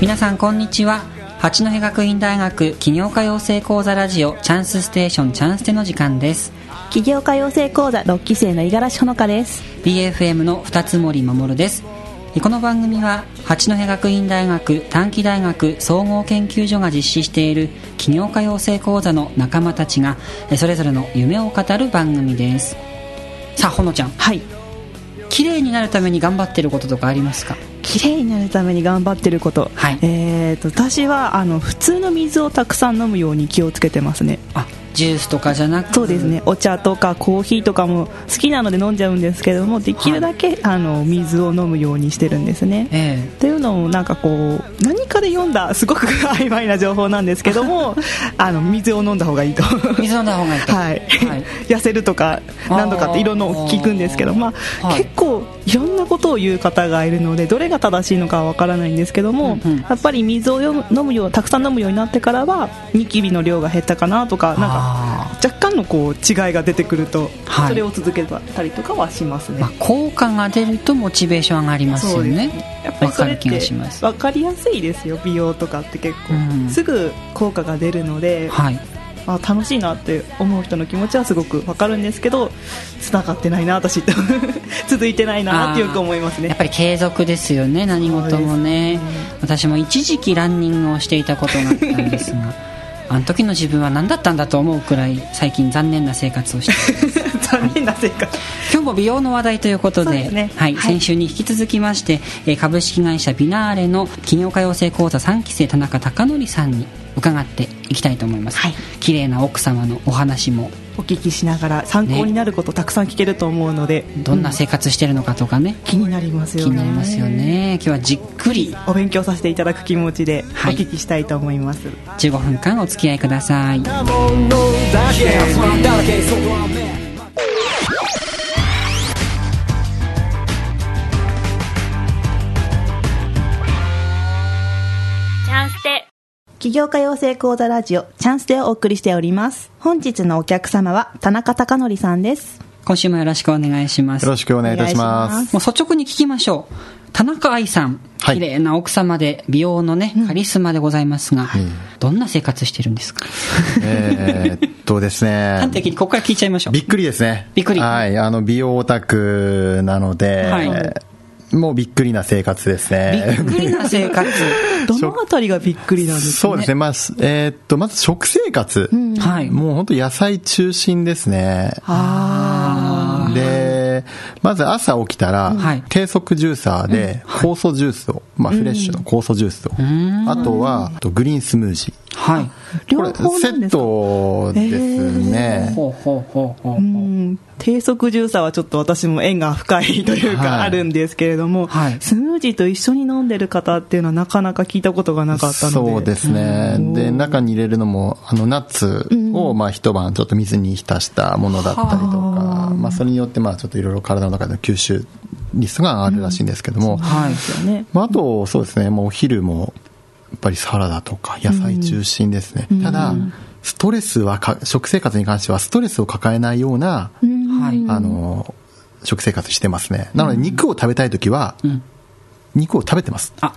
皆さんこんにちは八戸学院大学起業家養成講座ラジオチャンスステーションチャンステの時間です起業家養成講座6期生の五十嵐ほのかです BFM の二つ森守ですこの番組は八戸学院大学短期大学総合研究所が実施している起業家養成講座の仲間たちがそれぞれの夢を語る番組ですさあほのちゃんはい綺麗になるために頑張ってることとかありますか綺麗になるために頑張ってること、はいえー、と私はあの普通の水をたくさん飲むように気をつけてますねあジュースとかじゃなくてそうですね、お茶とかコーヒーとかも好きなので飲んじゃうんですけどもできるだけ、あの水を飲むようにしてるんですねええというのもなんかこう何かで読んだすごく 曖昧な情報なんですけどもあの水を飲んだ方がいいとは水飲んだ方がいいとい、はい痩せるとか何とかっていろんなのを聞くんですけど、まあはい結構いろんなことを言う方がいるのでどれが正しいのかはわからないんですけども、うんうんやっぱり水をよ飲むようたくさん飲むようになってからはニキビの量が減ったかなとかなんかあ若干のこう違いが出てくると、はいそれを続けたりとかはしますーね。まあ、効果が出るとモチベーション上がりますよねやっぱわりそれっかる気がてします分かりやすいですよ美容とかって結構、うんすぐ効果が出るので、はいあ、楽しいなって思う人の気持ちはすごく分かるんですけどつながってないな私って 続いてないなってよく思いますやっねぱり継続ですよね何事もねそうですね私も一時期ランニングをしていたことがあったんです があの時の自分は何だったんだと思うくらい最近残念な生活をしています 残念な生活今日も美容の話題ということそうでですねはい、はい先週に引き続きまして、えー株式会社ビナーレの企業家養成講座3期生田中貴則さんに伺っていきたいと思います、はい綺麗な奥様のお話もお聞きしながら参考になることたくさん聞けると思うので、どんなう生活してるのかとかね、気になりますよ気ねになりますよね今日はじっくりお勉強させていただく気持ちでおはい聞きしたいと思います、 15分間お付き合いください起業家養成講座ラジオチャンスでお送りしております本日のお客様は田中貴則さんです今週もよろしくお願いしますよろしくお願いいたしま。お願いしますすもう率直に聞きましょう田中愛さんはい綺麗な奥様で美容のね、カリスマでございますが、どんな生活してるんですか、えーっとですね端。的にここから聞いちゃいましょうびっくりですね。びっくりはい。あの、美容オタクなので、はいもうびっくりな生活ですね。びっくりな生活どのあたりがびっくりなんですかそうですね。まあ、すえーっと、まず食生活。はいもう本当野菜中心ですね。で、まず朝起きたら、はい低速ジューサーで酵素ジュースを、まあフレッシュの酵素ジュースを、あとは、あとグリーンスムージー。はい両方セなんでッすかトですね。ほうほうほうほうほううん低速ジューサーはちょっと私も縁が深いというか、はいあるんですけれども、はいスムージーと一緒に飲んでる方っていうのはなかなか聞いたことがなかったのでそうですね、で中に入れるのもあのナッツをまあ一晩ちょっと水に浸したものだったりとか、まあ、それによってまあちょっといろいろ体の中での吸収リストがあるらしいんですけども、はいですよねまあ、あとそうですねもうお昼もやっぱりサラダとか野菜中心ですね、ただストレスはか食生活に関してはストレスを抱えないようはな、いあの食生活してますねなので肉を食べたい時は、うん肉を食べてますあ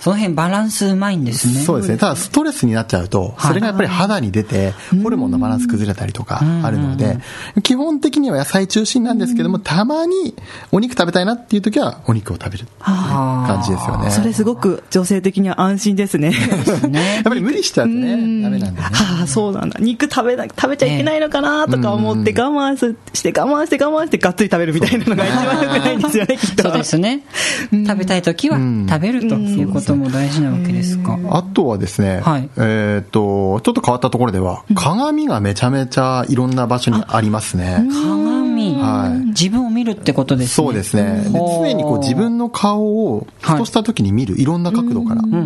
その辺バランスうまいんですねそうですね。ただ、ストレスになっちゃうと、はいそれがやっぱり肌に出て、ホルモンのバランス崩れたりとかあるので、基本的には野菜中心なんですけども、たまにお肉食べたいなっていう時は、お肉を食べるあー感じですよね。あそれすごく女性的には安心です ねやっぱり無理しちゃうとね、ダメなんでね。はあそうなんだ肉食べな食べちゃいけないのかなとか思って我慢すして我慢して我慢してがっつり食べるみたいなのが一番良くないんですよ ねきっとそうですね食べたい時は食べるということも大事なわけですかあとはですね、はいえっ、と、ちょっと変わったところでは、鏡がめちゃめちゃいろんな場所にありますね。鏡、はい自分を見るってことですねそうですね。でほう常にこう自分の顔をふとした時に見る、いろんな角度から。うんうんうん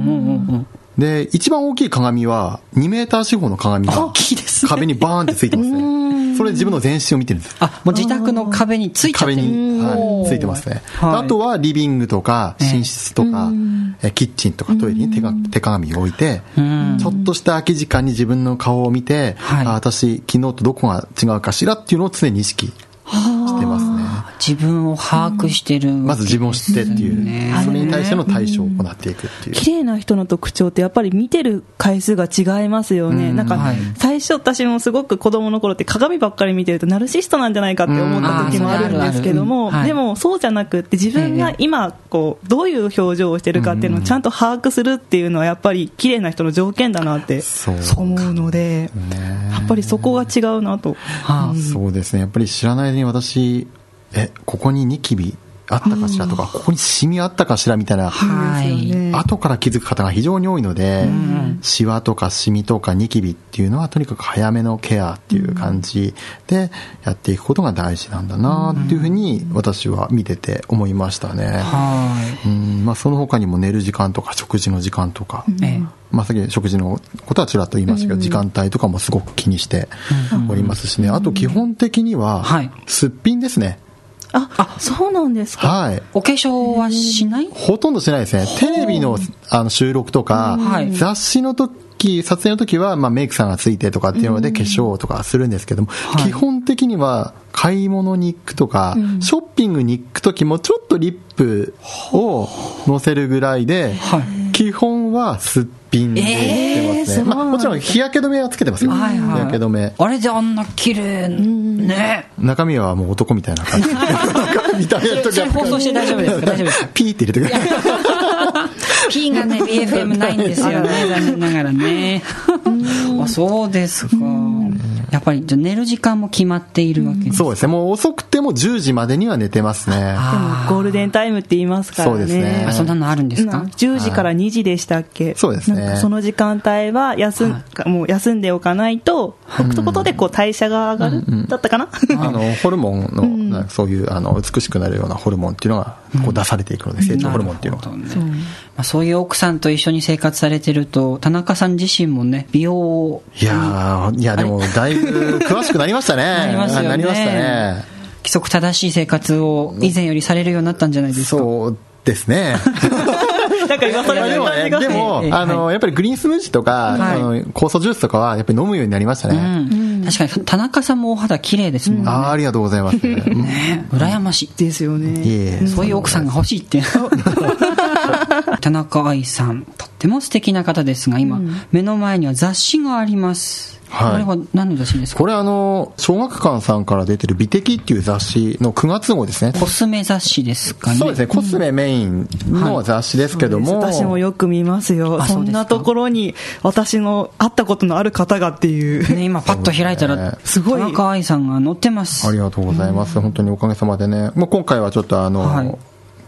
うんで、一番大きい鏡は、2メーター四方の鏡が、壁にバーンってついてますね。それで自分の全身を見てるんです。あもう自宅の壁についちゃって壁るおに、はーい、ついてますね。はいあとは、リビングとか、ええ寝室とか、えキッチンとかトイレに手が手鏡を置いて、うんちょっとした空き時間に自分の顔を見て、はいあ私、昨日とどこが違うかしらっていうのを常に意識してますね。自分を把握してる、まず自分を知ってっていう、ねそれに対しての対処を行っていくっていう。綺麗な人の特徴ってやっぱり見てる回数が違いますよね、うんなんかはい最初私もすごく子供の頃って鏡ばっかり見てるとナルシストなんじゃないかって思った時もあるんですけどうもんあーそれあるあるうんはいでもそうじゃなくって自分ええが今こうどういう表情をしてるかっていうのをちゃんと把握するっていうのはやっぱり綺麗な人の条件だなってそう思うのでねやっぱりそこが違うなとはそうですねやっぱり知らない間に私えここにニキビあったかしらとかここにシミあったかしらみたいな、あはい、ね後から気づく方が非常に多いので、シワとかシミとかニキビっていうのはとにかく早めのケアっていう感じでやっていくことが大事なんだなっていうふうに私は見てて思いましたね、はうんまあ、その他にも寝る時間とか食事の時間とか、い、えまあ、さっき食事のことはちらっと言いましたけど、時間帯とかもすごく気にしておりますしね、あと基本的にははいすっぴんですねあそうなんですかはいお化粧はしないほとんどしてないですねテレビのあの収録とか、はい雑誌の時撮影の時は、まあ、メイクさんがついてとかっていうので化粧とかするんですけども、い基本的には買い物に行くとか、ショッピングに行く時もちょっとリップをのせるぐらいで、はい基本はすっぴんで行ってますえーね、まあ、もちろん日焼け止めはつけてますよ、はいはい日焼け止めあれであんな綺麗ね中身はもう男みたいな感 じ男みたいな時それ放送して大丈夫ですか大丈夫ですかピーって入れてください P がね BFM ないんですよね残念ながらねあそうですかやっぱりじゃあ寝る時間も決まっているわけですそうですねもう遅くても10時までには寝てますねでもゴールデンタイムって言いますからねそうですねあそんなのあるんですなか10時から2時でしたっけ、そうですねなんかその時間帯は休ん、もう休んでおかないと、置くことでこう代謝が上がる、だったかな、あのホルモンの、なんかそういうあの美しくなるようなホルモンっていうのがこう出されていくので、成長ホルモンっていうのながるほどねまあ、そういう奥さんと一緒に生活されてると田中さん自身もね美容をいやーいやでもだいぶ詳しくなりましたね なりますよねなりましたね規則正しい生活を以前よりされるようになったんじゃないですかそうで すねなんか今い更やで言もわねれたでもええあのやっぱりグリーンスムージーとか、はいあの酵素ジュースとかはやっぱり飲むようになりましたうね、ん、確かに田中さんもお肌綺麗ですもんね、あーありがとうござい ます、ねね羨ましいですよね。いえいえそういう奥さんが欲しいって。 田中愛さん、とっても素敵な方ですが、今、目の前には雑誌があります。はいこれは何の雑誌ですかこれあの小学館さんから出てる「美的」っていう雑誌の9月号ですねコスメ雑誌ですかね。そうですねコスメメインの雑誌ですけども、私もよく見ますよあそそうでんすかなところに私の会ったことのある方がっていう、ね今パッと開いたそうらで、すごい田中愛さんが載ってます。ありがとうございます、本当におかげさまでね、まあ、今回はちょっとあの、はい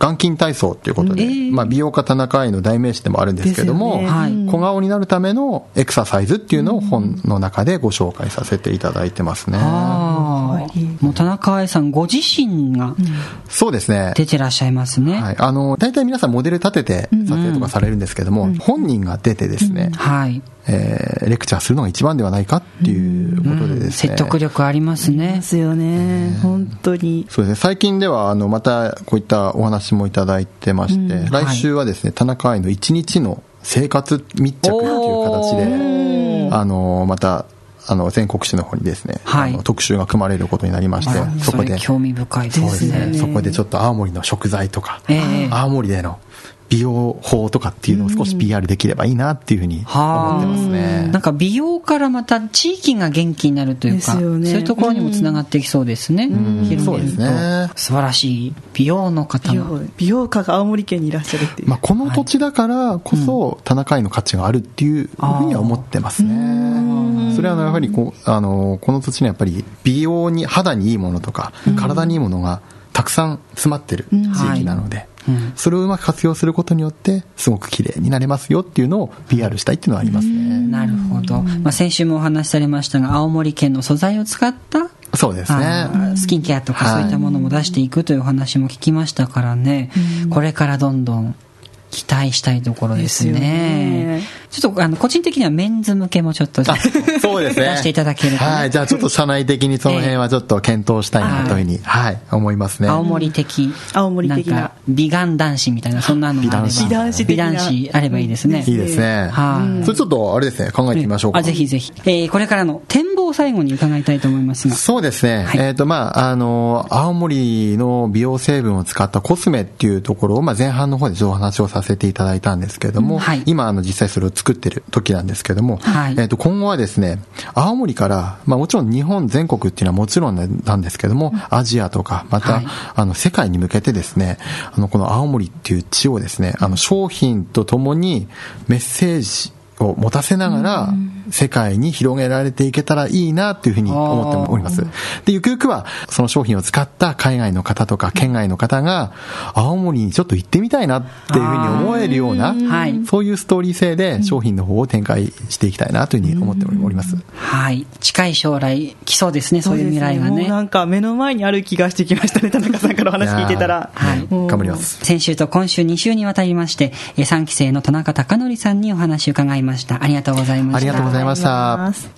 眼筋体操っていうことで、えーまあ、美容家田中愛の代名詞でもあるんですけども、ですよねはい小顔になるためのエクササイズっていうのを本の中でご紹介させていただいてますねああはいもう田中愛さんご自身がそうですね出てらっしゃいますね。はい、あの大体皆さんモデル立てて撮影とかされるんですけども、本人が出てですね、はい。えーレクチャーするのが一番ではないかっていうことでですね、説得力ありますねで。すよね本当にそうですね、最近ではあのまたこういったお話もいただいてまして、はい来週はですね、田中愛の一日の生活密着っていう形で、あのまたあの全国紙の方にですね、はいあの特集が組まれることになりましあてら、そこでれ興味深いですね。そうですねそこでちょっと青森の食材とか、ええ青森での美容法とかっていうのを少し PR できればいいなっていうふうに思ってますねな。んか美容からまた地域が元気になるというか、ですよねそういうところにもつながってきそうですね。広げるとそうですね素晴らしい美容の方美が。容美容家が青森県にいらっしゃるっていう、まあ、この土地だからこそ田中愛の価値があるっていうふうには思ってますね。それはあのやはりこうあのこの土地にはやっぱり美容に肌にいいものとか体にいいものがたくさん詰まってる地域なので。うんそれをうまく活用することによってすごく綺麗になれますよっていうのを PR したいっていうのはありますね。なるほど。まあ、先週もお話しされましたが、青森県の素材を使ったそうですねあ。ースキンケアとかそういったものも出していくというお話も聞きましたからね、これからどんどん期待したいところですねですよねちょっとあの個人的にはメンズ向けもちょっとあそうですね。出していただけるとねはい。じゃあちょっと社内的にその辺はちょっと検討したいなというふうに、はい、思いますね。青森的青森的なんか美顔男子みたいなそんなのがあれば美男子美男子あればいいですねいいですね。はいそれちょっと、あれですね、考えてみましょうか。あぜひぜひ、えーこれからの展望を最後に伺いたいと思いますがそうですね。はいえっ、と、まあ、あの、青森の美容成分を使ったコスメっていうところを、まあ、前半の方でちょっとお話をさせていただいたんですけれども、うんはい今、あの、実際それを作ってる時なんですけれども、はいえっ、と、今後はですね、青森から、まあ、もちろん日本全国っていうのはもちろんなんですけども、アジアとか、また、はいあの、世界に向けてですね、あの、この青森っていう地をですね、あの、商品とともにメッセージ、を持たせながら世界に広げられていけたらいいなというふうに思っております。で、ゆくゆくはその商品を使った海外の方とか県外の方が青森にちょっと行ってみたいなっていうふうに思えるようなはい、そういうストーリー性で商品の方を展開していきたいなというふうに思っております。はい、近い将来来そうですねそういう未来がそうでねすもうなんか目の前にある気がしてきましたね、田中さんからお話聞いて たら。はいやーもう頑張ります。先週と今週2週にわたりまして3期生の田中貴則さんにお話伺いましたありがとうございましたありがとうございましあたりがとうございます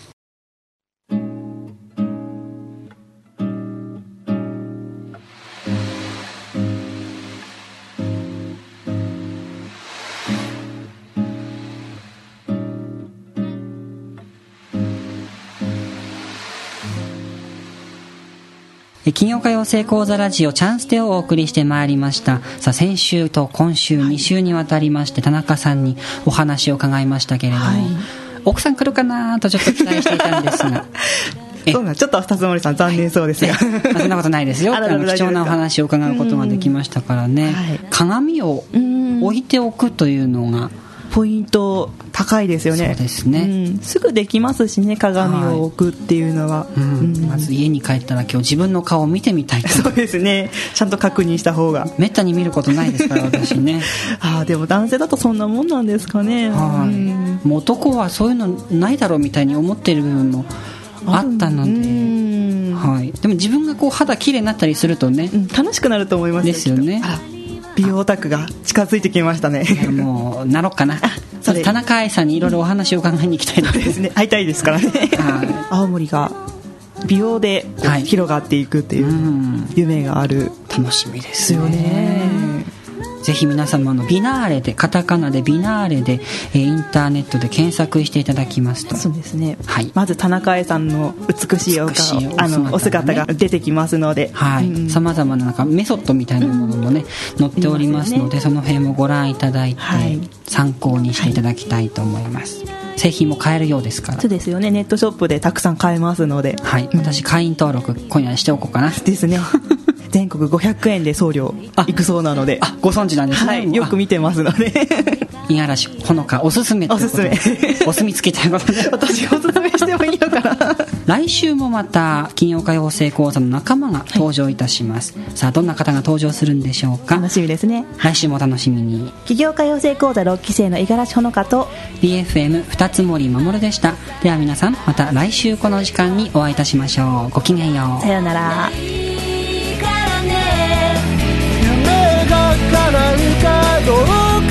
え金曜火曜成講座ラジオチャンステをお送りしてまいりましたさあ先週と今週2週にわたりまして田中さんにお話を伺いましたけれども、奥さん来るかなとちょっと期待していたんです がえそうなんちょっと二つ森さん残念そうですが、まあそんなことないですよ。ああららの大丈貴夫ですか重なお話を伺うことができましたからね。うんはい鏡をうん置いておくというのが、ポイント高いですよねそうですねうんすぐできますしね鏡を置くっていうのは、うんうんまず家に帰ったら今日自分の顔を見てみたいと。 そうですねちゃんと確認した方がめったに見ることないですから私ね、ああでも男性だとそんなもんなんですかねはいもう男はそういうのないだろうみたいに思ってる部分もあったのうで、んはい、でも自分がこう肌綺麗になったりするとねう、ん楽しくなると思いますですよねきっとあら美容オタクが近づいてきましたねもうなろうかなそれ田中愛さんにいろいろお話を伺いに行きたいのでですね会いたいですからねは青森が美容でこうはい広がっていくっていううん夢があるで 楽しみですすよねぜひ皆様のビナーレでカタカナでビナーレで、えーインターネットで検索していただきますとそうですね、はいまず田中絵さんの美しいお顔美しいお姿があのお姿が出てきますので、はいさまざまななんかメソッドみたいなものもね載っておりますのでその辺もご覧いただいてはい参考にしていただきたいと思います製品も買えるようですからそうですよねネットショップでたくさん買えますので、はい私会員登録今夜しておこうかなですね 全国500円で送料あいくそうなのであご存知なんですね、はい、よく見てますのであ五十嵐ほのかおすすめということでおすすめお墨付きということで 私がおすすめしてもいいの かな来週もまた金曜火曜成講座の仲間が登場いたします、さあどんな方が登場するんでしょうか楽しみですね来週もお楽しみに起業家養成講座6期生の五十嵐ほのかと BFM 二つ森守でしたでは皆さんまた来週この時間にお会いいたしましょうごきげんようさようなら「いいからね」夢が叶うかどうか